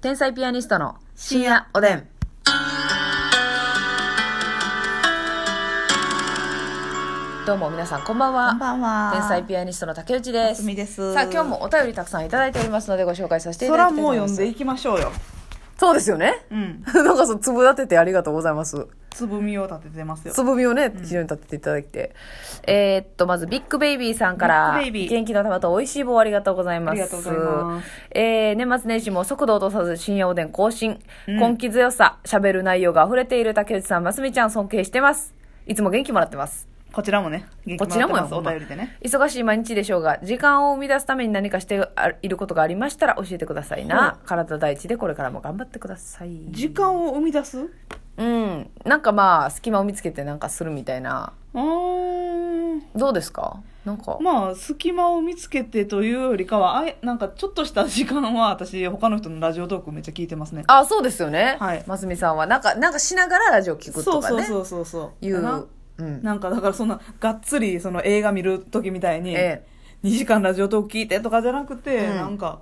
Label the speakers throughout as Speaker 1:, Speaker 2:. Speaker 1: 天才ピアニストの深夜おでん。どうも皆さんこんばん
Speaker 2: こん
Speaker 1: は。
Speaker 2: ばんは。
Speaker 1: 天才ピアニストの竹内で。
Speaker 2: ますすみです。
Speaker 1: さあ今日もお便りたくさんいただいておりますのでご紹介させてい
Speaker 2: そ
Speaker 1: ただ
Speaker 2: ら
Speaker 1: きたいと
Speaker 2: も
Speaker 1: 思
Speaker 2: う
Speaker 1: いま
Speaker 2: 読
Speaker 1: す。
Speaker 2: んでいきましょうよ。
Speaker 1: そうですよね。
Speaker 2: うん。
Speaker 1: なんかそうつぶ立ててありがとうございます。
Speaker 2: つぶみを立ててますよ。
Speaker 1: つぼみをね、非常に立てていただいて。えーっと、まず、ビッグベイビーさんから、
Speaker 2: ビッグベイビー
Speaker 1: 元気の玉と美味しい棒ありがとうございます。
Speaker 2: ありがとうございます
Speaker 1: えー年末年始も速度を落とさず深夜おでん更新。根気強さ、喋る内容が溢れている竹内さん、ますみちゃん尊敬してます。いつも元気もらってます。
Speaker 2: こちらもね、元
Speaker 1: こ
Speaker 2: 気
Speaker 1: ち
Speaker 2: もら
Speaker 1: らもよ
Speaker 2: ってま、す。
Speaker 1: ほ
Speaker 2: お
Speaker 1: んま
Speaker 2: 便りでね。
Speaker 1: 忙しい毎日でしょうが、時間を生み出すために何かしていることがありましたら教えてくださいな。体第一でこれからも頑張ってください。
Speaker 2: 時間を生み出す
Speaker 1: う
Speaker 2: う
Speaker 1: ん。なんかまあ、隙間を見つけてなんかするみたいな。
Speaker 2: ーん。
Speaker 1: どうですかなんか。
Speaker 2: まあ、隙間を見つけてというよりかは、あいなんかちょっとした時間は私、他の人のラジオトークめっちゃ聞いてますね。
Speaker 1: あ、そうですよね。
Speaker 2: はい
Speaker 1: ますみさんは。なんか、なんかしながらラジオ聞く
Speaker 2: そ
Speaker 1: と
Speaker 2: う
Speaker 1: か
Speaker 2: そう
Speaker 1: ね。
Speaker 2: そうそうそう。
Speaker 1: い
Speaker 2: だな
Speaker 1: う。うん。
Speaker 2: なんかだからそんな、がっつりその映画見る時みたいに、
Speaker 1: え
Speaker 2: 2時間ラジオトーク聞いてとかじゃなくて、
Speaker 1: うん
Speaker 2: なんか、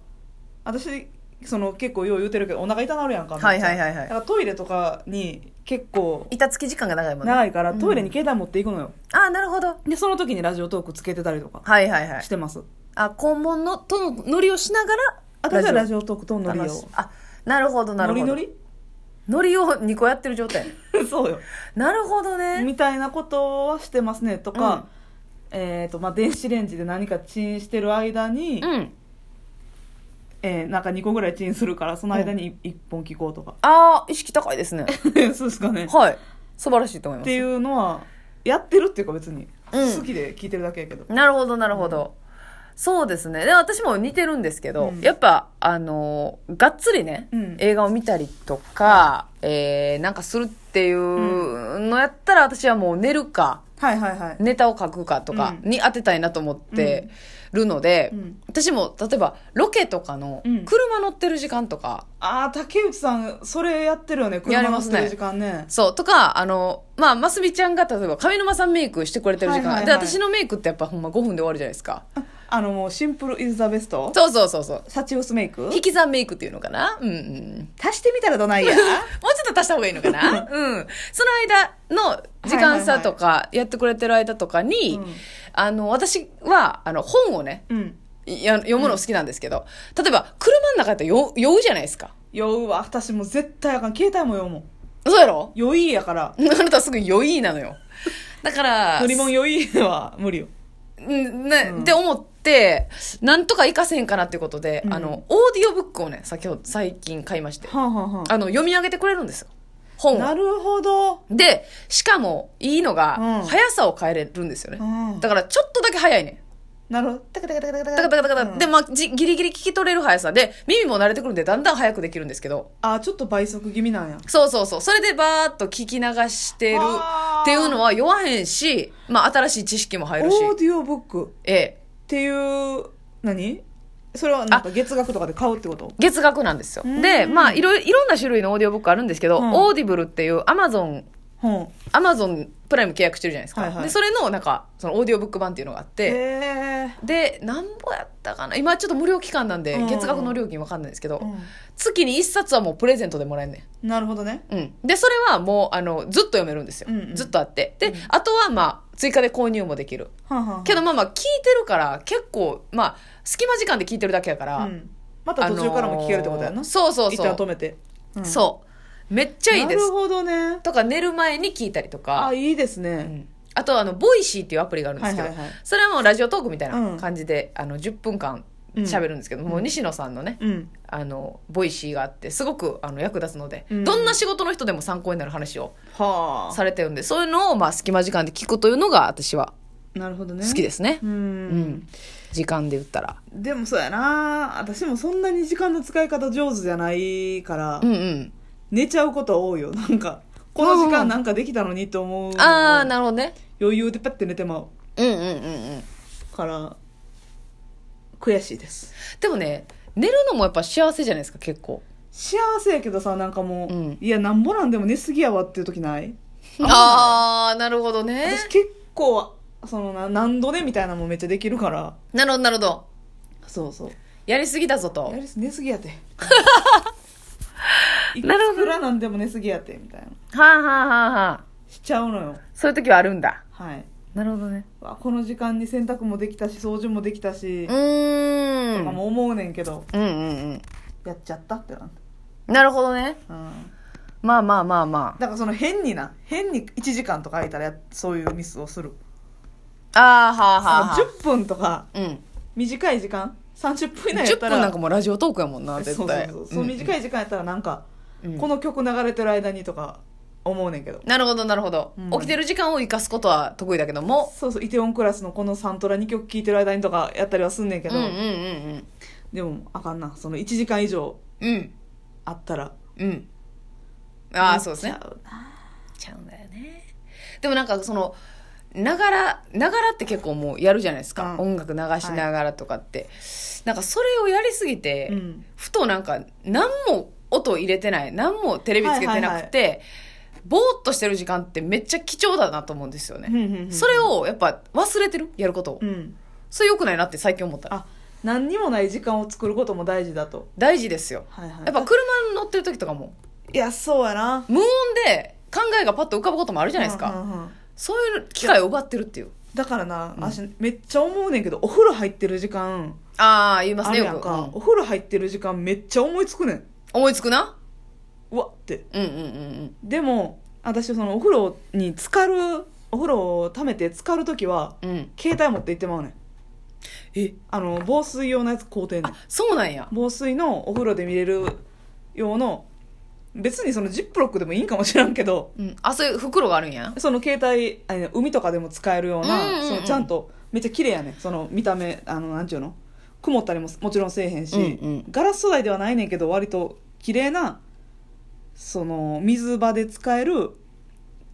Speaker 2: 私、その結構よう言うてるけど、お腹痛なるやんか。
Speaker 1: はいはいはいはい
Speaker 2: だからトイレとかに結構
Speaker 1: 板付き時間が長いもんね。
Speaker 2: 長いから、
Speaker 1: うん
Speaker 2: トイレに携帯持っていくのよ。
Speaker 1: あ、なるほど。
Speaker 2: で、その時にラジオトークつけてたりとか
Speaker 1: はいはいはい
Speaker 2: し。てます。
Speaker 1: あ、肛門の、とのノリをしながら、
Speaker 2: 私はラジオトークとノリを
Speaker 1: 楽。しあ、なるほどなる
Speaker 2: ノ
Speaker 1: ほど。
Speaker 2: リノリ
Speaker 1: ノリを2個やってる状態。
Speaker 2: そうよ。
Speaker 1: なるほどね。
Speaker 2: みたいなことはしてますね。とか、えっ、と、まあ、電子レンジで何かチンしてる間に、
Speaker 1: うん。
Speaker 2: えーなんか2個ぐらいチンするから、その間に1本聞こうとか。
Speaker 1: あー、意識高いですね。
Speaker 2: そうですかね。っ
Speaker 1: はい。素晴らしいと思います。
Speaker 2: ていうのは、やってるっていうか別に、
Speaker 1: うん
Speaker 2: 好きで聞いてるだけやけど。
Speaker 1: なるほど、なるほど。そうですね。で、私も似てるんですけど、
Speaker 2: うん
Speaker 1: やっぱ、あのー、がっつりね、
Speaker 2: うん
Speaker 1: 映画を見たりとか、えー、なんかするっていうのやったら、私はもう寝るか、
Speaker 2: はいはいはい。
Speaker 1: ネタを書くかとか
Speaker 2: うん
Speaker 1: に当てたいなと思ってるので、
Speaker 2: うん
Speaker 1: 私も、例えば、ロケとかの
Speaker 2: うん、
Speaker 1: 車乗ってる時間とか、
Speaker 2: ああ、竹内さん、それやってるよね。
Speaker 1: やり
Speaker 2: 車
Speaker 1: ま
Speaker 2: 乗
Speaker 1: す
Speaker 2: っ
Speaker 1: ね
Speaker 2: てる時間ね。
Speaker 1: そう、とか、あの、まあ、ますみちゃんが、例えば、上沼さんメイクしてくれてる時間、
Speaker 2: はいはい
Speaker 1: で、
Speaker 2: はい
Speaker 1: 私のメイクってやっぱほんま5分で終わるじゃないですか。
Speaker 2: ああの、もうシンプルイズザベスト
Speaker 1: そうそうそうそう。
Speaker 2: シャチウスメイク
Speaker 1: 引き算メイクっていうのかなうんうん。
Speaker 2: 足してみたらどないや
Speaker 1: もうちょっと足した方がいいのか なうん。その間の時間差とか、やってくれてる間とかに、
Speaker 2: うん
Speaker 1: あの、私は、あの、本をね、
Speaker 2: うん。
Speaker 1: いや読むの好きなんですけど、例えば、車の中やったら酔酔うじゃないですか。
Speaker 2: 酔うわ。私もう絶対あかん。携帯も酔うもん。
Speaker 1: そうやろ
Speaker 2: 酔いやから。
Speaker 1: あなたすぐ酔いなのよ。だから、
Speaker 2: 乗り物酔いは無理よ。
Speaker 1: うんね、
Speaker 2: うん
Speaker 1: って思って、なんとか活かせんかなっていうことで、
Speaker 2: うん
Speaker 1: あの、オーディオブックをね、先ほど、最近買いまして、
Speaker 2: はんはんはん
Speaker 1: あの、読み上げてくれるんですよ。本を。
Speaker 2: なるほど。
Speaker 1: で、しかも、いいのが
Speaker 2: う、ん
Speaker 1: 速さを変えれるんですよね。
Speaker 2: うん
Speaker 1: だから、ちょっとだけ速いね。
Speaker 2: なるほど。タカタカタカタカ
Speaker 1: だから、だから、だ
Speaker 2: う
Speaker 1: から、
Speaker 2: ん
Speaker 1: で、まあ、じギリギリ聞き取れる速さで、耳も慣れてくるんで、だんだん速くできるんですけど、
Speaker 2: あー、ちょっと倍速気味なんや。
Speaker 1: そうそうそう。それで、バーっと聞き流してる
Speaker 2: はあ
Speaker 1: っていうのは、酔わへんし、まあ、新しい知識も入るし、
Speaker 2: オーディオブックっ
Speaker 1: ええ、
Speaker 2: ていう、何それはなんか月額とかで買うってこと
Speaker 1: 月額なんですよ
Speaker 2: う。ん
Speaker 1: で、まあ、いろいろ、いろんな種類のオーディオブックあるんですけど、
Speaker 2: うん
Speaker 1: オーディブルっていう、アマゾン、
Speaker 2: うん。
Speaker 1: アマゾンプライム契約してるじゃないですか。
Speaker 2: はいはい
Speaker 1: で、それの、なんか、その、オーディオブック版っていうのがあって、
Speaker 2: へ
Speaker 1: でなんぼやったかな今ちょっと無料期間なんで
Speaker 2: うん
Speaker 1: 月額の料金わかんないですけど、
Speaker 2: ー。うん
Speaker 1: 月に1冊はもうプレゼントでもらえんね
Speaker 2: なるほどね。
Speaker 1: ん、うん、でそれはもうあのずっと読めるんですよ、
Speaker 2: うんうん
Speaker 1: ずっとあってで、あとはまあ追加で購入もできる
Speaker 2: はんはんはん
Speaker 1: けどまあまあ聞いてるから結構まあ隙間時間で聞いてるだけやから、
Speaker 2: うん、また途中からも聞けるってことや
Speaker 1: あ
Speaker 2: な、
Speaker 1: のーそうそう
Speaker 2: 一
Speaker 1: そう
Speaker 2: 旦止めて、うん
Speaker 1: そうめっちゃいいで
Speaker 2: なる
Speaker 1: す
Speaker 2: ほどね
Speaker 1: とか寝る前に聞いたりとか
Speaker 2: あいいです
Speaker 1: う
Speaker 2: ね、
Speaker 1: んあとあのボイシーっていうアプリがあるんですけど、
Speaker 2: はいはいはい
Speaker 1: それはもうラジオトークみたい
Speaker 2: うん
Speaker 1: な感じで、あの10分間喋るんですけど、もう西野さんのね、
Speaker 2: うん
Speaker 1: あのボイシーがあってすごくあの役立つので、
Speaker 2: うん
Speaker 1: どんな仕事の人でも参考になる話を
Speaker 2: は
Speaker 1: されてるんでそういうのをまあ隙間時間で聞くというのが私は
Speaker 2: あなるほどね
Speaker 1: 好きですね
Speaker 2: う
Speaker 1: うん、
Speaker 2: ん、
Speaker 1: 時間で言ったら
Speaker 2: でもそうやな私もそんなに時間の使い方上手じゃないから、
Speaker 1: うんうん
Speaker 2: 寝ちゃうこと多いよなんかこの時間なんかできたのにと思うのを
Speaker 1: ああなるほどね
Speaker 2: 余裕でパッて寝てまう
Speaker 1: うんうんうんうん
Speaker 2: から悔しいです
Speaker 1: でもね寝るのもやっぱ幸せじゃないですか結構
Speaker 2: 幸せやけどさなんかもう、
Speaker 1: うん
Speaker 2: いやなんぼなんでも寝すぎやわっていう時ない
Speaker 1: ああーなるほどね
Speaker 2: 私結構そのな何度でみたいなのもめっちゃできるから
Speaker 1: なるほどなるほど
Speaker 2: そうそう
Speaker 1: やりすぎだぞと
Speaker 2: やりす寝すぎやてい
Speaker 1: なるほど
Speaker 2: くらなんでも寝すぎやってみたいな
Speaker 1: はあはあはあはあ。
Speaker 2: しちゃうのよ
Speaker 1: そういう時はあるんだ。
Speaker 2: はい
Speaker 1: なるほどね。
Speaker 2: わこの時間に洗濯もできたし掃除もできたし、
Speaker 1: う
Speaker 2: と
Speaker 1: ー
Speaker 2: か
Speaker 1: ん。
Speaker 2: も思うねんけど
Speaker 1: うんうん
Speaker 2: やっちゃったってなって、
Speaker 1: うん。なるほどね。
Speaker 2: うん、
Speaker 1: まあまあまあま
Speaker 2: だからその変にな変に1時間とか空いたらやそういうミスをする
Speaker 1: あ。ああ、はあはあはあ。
Speaker 2: 10分とか
Speaker 1: うん。
Speaker 2: 短い時間30分以内や
Speaker 1: 10
Speaker 2: った
Speaker 1: 分
Speaker 2: ら
Speaker 1: なんかもうラジオトークやもんな、
Speaker 2: そ
Speaker 1: 絶
Speaker 2: うそう
Speaker 1: 対。
Speaker 2: そうそう短
Speaker 1: い。
Speaker 2: い時間やったらなんか、
Speaker 1: うん
Speaker 2: この曲流れてる間にとか思うねんけど
Speaker 1: なるほど、なるほど
Speaker 2: うん。
Speaker 1: 起きてる時間を生かすことは得意だけども。
Speaker 2: そうそうイテウォンクラスのこのサントラ2曲聴いてる間にとかやったりはすんねんけ
Speaker 1: うん
Speaker 2: ど、
Speaker 1: うんうん
Speaker 2: でもあかんなその1時間以上
Speaker 1: うん。うん。
Speaker 2: あったら
Speaker 1: うん。ああ、そうですね
Speaker 2: やっ。ちゃな
Speaker 1: ちゃうんだよねでもなんかそのながらながらって結構もうやるじゃないですか、
Speaker 2: う
Speaker 1: 音
Speaker 2: ん
Speaker 1: 楽流しながらとかって、なんかそれをやりすぎて、
Speaker 2: うん
Speaker 1: ふとなんか何も音入れてない何もテレビつけてなくて、ぼーっとしてる時間ってめっちゃ貴重だなと思うんですよね、
Speaker 2: うんうんうん
Speaker 1: それをやっぱ忘れてるやることを、
Speaker 2: うん
Speaker 1: それよくないなって最近思った
Speaker 2: あ何にもない時間を作ることも大事だと
Speaker 1: 大事ですよ
Speaker 2: はいはい
Speaker 1: やっぱ車に乗ってる時とかも
Speaker 2: いやそうやな
Speaker 1: 無音で考えがパッと浮かぶこともあるじゃないですか、
Speaker 2: うんうんうん
Speaker 1: そういう機会を奪ってるっていう
Speaker 2: だからな、
Speaker 1: うん
Speaker 2: 私めっちゃ思うねんけどお風呂入ってる時間
Speaker 1: ああ言います
Speaker 2: あ
Speaker 1: ね
Speaker 2: る
Speaker 1: よ
Speaker 2: やん
Speaker 1: く、
Speaker 2: か、
Speaker 1: うん
Speaker 2: お風呂入ってる時間めっちゃ思いつくねん
Speaker 1: 思いつくな
Speaker 2: うわって
Speaker 1: うんうんうん
Speaker 2: でも私そのお風呂に浸かるお風呂を溜めて浸かる時は
Speaker 1: うんうん
Speaker 2: 携帯持って行ってまうねん
Speaker 1: え
Speaker 2: あの防水用のやつ買うてんねん
Speaker 1: あそうなんや
Speaker 2: 防水のお風呂で見れる用の別にそのジップロックでもいいんかもしらんけど
Speaker 1: うんあそういう袋があるんや
Speaker 2: その携帯あの海とかでも使えるような、
Speaker 1: うんうんうん
Speaker 2: そのちゃんとめっちゃ綺麗やねんその見た目あのなんちゅうの曇ったりももちろんせえへんし、
Speaker 1: うんうん
Speaker 2: ガラス素材ではないねんけど割と綺麗なその水場で使える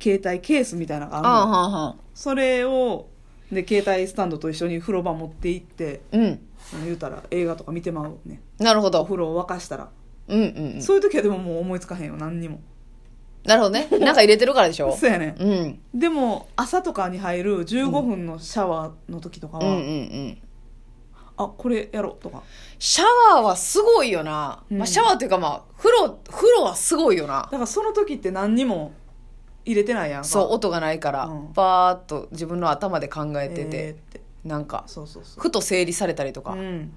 Speaker 2: 携帯ケースみたいなのがあるの
Speaker 1: あはんはん
Speaker 2: それをで携帯スタンドと一緒に風呂場持って行って
Speaker 1: うん
Speaker 2: その言うたら映画とか見てまうね
Speaker 1: なるほ
Speaker 2: お
Speaker 1: ど
Speaker 2: 風呂を沸かしたら、
Speaker 1: うんうんうん
Speaker 2: そういう時はでももう思いつかへんよ何にも
Speaker 1: なるほど ねなんか入れてるからでしょ
Speaker 2: そうやねん
Speaker 1: うんうん
Speaker 2: でも朝とかに入る15分のシャワーの時とか
Speaker 1: う
Speaker 2: は、
Speaker 1: んうん
Speaker 2: あこれやろうとか
Speaker 1: シャワーはすごいよな、
Speaker 2: うん
Speaker 1: まあ、シャワーっていうかまあ風呂風呂はすごいよな
Speaker 2: だからその時って何にも入れてないやんか
Speaker 1: そう音がないから、
Speaker 2: うん
Speaker 1: バーっと自分の頭で考え
Speaker 2: え
Speaker 1: て、
Speaker 2: ーって
Speaker 1: なんか
Speaker 2: そうそうそう
Speaker 1: ふと整理されたりとか、
Speaker 2: うん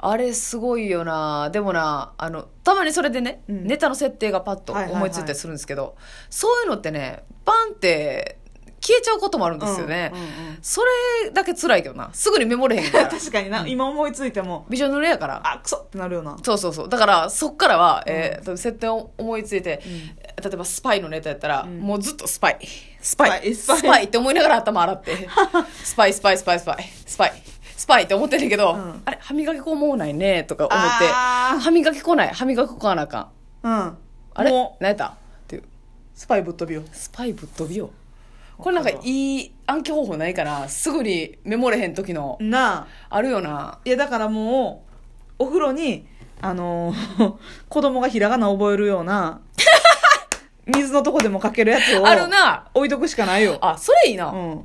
Speaker 1: あれすごいよなでもなあのたまにそれでね、
Speaker 2: うん
Speaker 1: ネタの設定がパッと
Speaker 2: はいはいはい
Speaker 1: 思いついたりするんですけど、そういうのってねバンって消えちゃうこともあるんですよね、
Speaker 2: うんうんうん
Speaker 1: それだけ辛いけどなすぐにメモれへん から
Speaker 2: 確かにな、今思いついても
Speaker 1: びしょ濡れやから
Speaker 2: あクソってなるよな
Speaker 1: そうそうそうだからそっからは、
Speaker 2: うん
Speaker 1: えー多分設定を思いついて、例えばスパイのネタやったら、
Speaker 2: うん
Speaker 1: もうずっとスパイスパイ
Speaker 2: スパイ
Speaker 1: スパイって思いながら頭洗って スパイスパイスパイスパイスパイスパイって思ってんねんけど、
Speaker 2: うん
Speaker 1: あれ歯磨き粉もうないねとか思って
Speaker 2: あ
Speaker 1: 歯磨き粉ない歯磨き粉買わなあかん
Speaker 2: ーうん
Speaker 1: あれ
Speaker 2: もう
Speaker 1: 何やったっていう
Speaker 2: スパイぶっ飛びよ
Speaker 1: スパイぶっ飛びよこれなんか
Speaker 2: わかるわ
Speaker 1: いい暗記方法ないかなすぐにメモれへん時の
Speaker 2: なあ
Speaker 1: あるよない
Speaker 2: やだからもうお風呂にあのー 子供がひらがな覚えるよ うな水のとこでもかけるやつを
Speaker 1: あるな
Speaker 2: 置いとくしかないよ、
Speaker 1: あそれいいな、
Speaker 2: うん、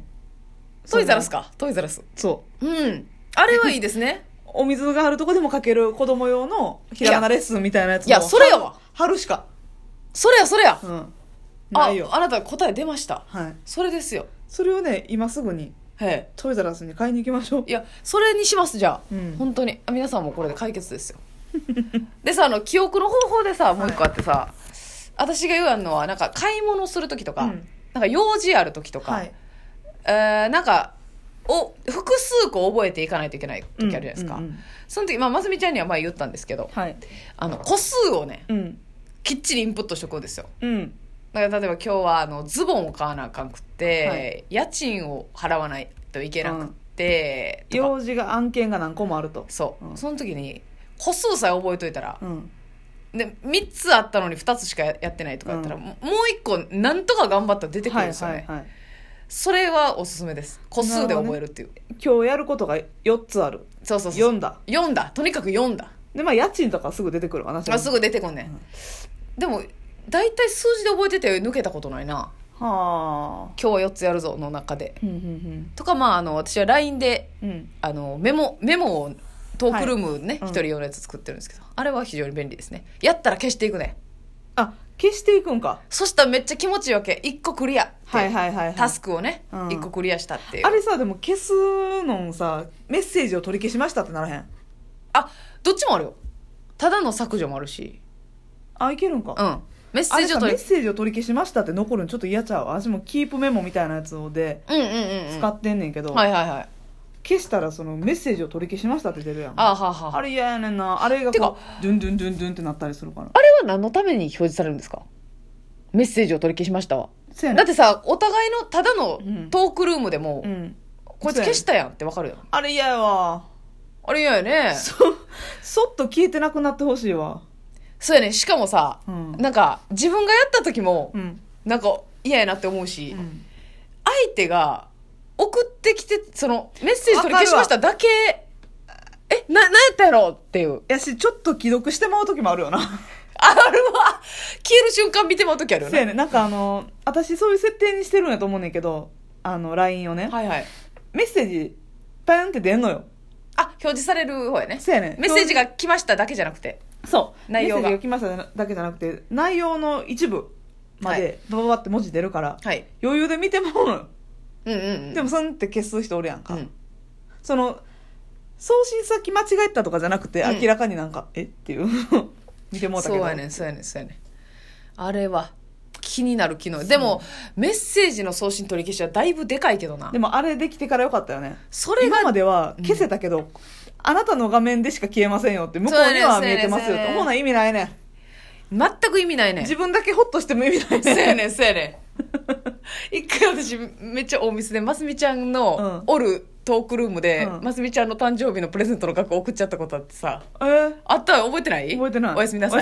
Speaker 1: トイザラスかトイザラス
Speaker 2: そう
Speaker 1: うんあれはいいですね
Speaker 2: お水があるとこでもかける子供用のひらがなレッスンみたいなやつも
Speaker 1: いやそれやわ
Speaker 2: 春しか、
Speaker 1: それやそれや
Speaker 2: うん、な
Speaker 1: あ
Speaker 2: いよ
Speaker 1: あなた答え出ました
Speaker 2: はい、
Speaker 1: それですよ
Speaker 2: それをね今すぐに
Speaker 1: はい
Speaker 2: トイザラスに買いに行きましょう
Speaker 1: いやそれにしますじゃあ、
Speaker 2: うん
Speaker 1: 本当にあ皆さんもこれで解決ですよ でさあの記憶の方法でさもう一個あってさ、私が言うのはなんか買い物する時とか、
Speaker 2: うん
Speaker 1: なんか用事ある時とか、
Speaker 2: はい
Speaker 1: えーなんかお複数個覚えていかないといけない時あるじゃないですか、
Speaker 2: うんうんうん
Speaker 1: その時、まあ、ますみちゃんには前言ったんですけど
Speaker 2: はい
Speaker 1: あの個数をね
Speaker 2: うん
Speaker 1: きっちりインプットしておくんですよ
Speaker 2: うん
Speaker 1: だから例えば今日はあのズボンを買わなあかんくって、
Speaker 2: はい
Speaker 1: 家賃を払わないといけなくって、とか
Speaker 2: 用事が案件が何個もあると
Speaker 1: そう、
Speaker 2: うん
Speaker 1: その時に個数さえ覚えといたら、
Speaker 2: うん
Speaker 1: で3つあったのに2つしかややってないとかやったら、
Speaker 2: うん
Speaker 1: もう1個なんとか頑張ったら出てくるんですよね、
Speaker 2: はいはいはい
Speaker 1: それはおすすめです個数で覚えるっていう、
Speaker 2: 今日やることが4つある
Speaker 1: そうそうそう
Speaker 2: 4だ
Speaker 1: 読んだとにかく読んだ
Speaker 2: でまあ家賃とかすぐ出てくるわな
Speaker 1: あすぐ出てこんね、んでも大体数字で覚えてて抜けたことないな今日
Speaker 2: はあ
Speaker 1: は4つやるぞの中で
Speaker 2: うんうん
Speaker 1: とかまああの私は LINE で
Speaker 2: うんうん
Speaker 1: あのメモメモをトークルームね
Speaker 2: うん
Speaker 1: 一、人用のやつ作ってるんですけどあれは非常に便利ですねやったら消していくね
Speaker 2: あ消していくんか
Speaker 1: そしたらめっちゃ気持ちいいわけ一個クリアって
Speaker 2: はいはいはい、はい、
Speaker 1: タスクをね、
Speaker 2: うん
Speaker 1: 一個クリアしたっていう
Speaker 2: あれさでも消すのんさメッセージを取り消しましたってならへん
Speaker 1: あどっちもあるよただの削除もあるし
Speaker 2: あいけるんか、
Speaker 1: うんメッセ
Speaker 2: あ
Speaker 1: ー
Speaker 2: れ
Speaker 1: ジ
Speaker 2: さ
Speaker 1: を
Speaker 2: メ
Speaker 1: 取
Speaker 2: ッ
Speaker 1: り
Speaker 2: セージを取り消しましたって残るのちょっと嫌ちゃう私もキープメモみたいなやつをで
Speaker 1: うんうんうんうん
Speaker 2: 使ってんねんけど、
Speaker 1: はいはいはい
Speaker 2: 消したらそのメッセージを取り消しましたって出るやん
Speaker 1: あーはあはあ
Speaker 2: あれ嫌やねんなあれが
Speaker 1: て
Speaker 2: こ
Speaker 1: か
Speaker 2: うドゥンドゥンドゥンドゥンってなったりするから
Speaker 1: あれは何のために表示されるんですかメッセージを取り消しましたわ
Speaker 2: せやね
Speaker 1: だっ
Speaker 2: ん
Speaker 1: てさお互いのただの
Speaker 2: うん
Speaker 1: トークルームでも、
Speaker 2: うん
Speaker 1: こいつ消したやんってわかるよ
Speaker 2: あれ嫌やわ
Speaker 1: あれ嫌やね
Speaker 2: そそっと消えてなくなってほしいわ
Speaker 1: そうやねしかもさ、
Speaker 2: うん
Speaker 1: なんか自分がやった時も
Speaker 2: うん、
Speaker 1: なんか嫌やなって思うし、
Speaker 2: うん、
Speaker 1: 相手が送ってきてそのメッセージ取り消しましただけえな何やったやろっていう
Speaker 2: やしちょっと既読してまう時もあるよな
Speaker 1: あるわ消える瞬間見てまう時あるよ
Speaker 2: そうや
Speaker 1: ね
Speaker 2: ねなんかあの私そういう設定にしてるんやと思うねんけどあの LINE をね、
Speaker 1: はいはい
Speaker 2: メッセージパンって出んのよ
Speaker 1: あ表示される方やね
Speaker 2: そうやねん
Speaker 1: メッセージが来ましただけじゃなくて
Speaker 2: そう
Speaker 1: 内容が
Speaker 2: メッセージが来ましただけじゃなくて内容の一部ま
Speaker 1: は
Speaker 2: でバババって文字出るから、
Speaker 1: はい
Speaker 2: 余裕で見てもうのよ、
Speaker 1: うんうんうん
Speaker 2: でもそんって消す人おるやんか、
Speaker 1: うん
Speaker 2: その送信先間違えたとかじゃなくて、
Speaker 1: うん
Speaker 2: 明らかになんかえっていう 見てもうた
Speaker 1: そ
Speaker 2: け
Speaker 1: う
Speaker 2: ど
Speaker 1: やねんそうやねんそうやねんあれは気になる機能でもメッセージの送信取り消しはだいぶでかいけどな
Speaker 2: でもあれできてからよかったよね
Speaker 1: それが
Speaker 2: 今までは消せたけど、あなたの画面でしか消えませんよって向こうには見えてますよって
Speaker 1: そうやねそうやね
Speaker 2: ほな意味ないねん
Speaker 1: 全く意味ないねん
Speaker 2: 自分だけホッとしても意味ない
Speaker 1: そう
Speaker 2: ね
Speaker 1: や
Speaker 2: ん
Speaker 1: ねんそうやね ん一回私めっちゃ大ミスでますみちゃんの
Speaker 2: うん
Speaker 1: おるトークルームで、
Speaker 2: うん
Speaker 1: ますみちゃんの誕生日のプレゼントの額送っちゃったことあってさ
Speaker 2: えー
Speaker 1: あった覚えてない
Speaker 2: 覚えてない
Speaker 1: おやすみなさい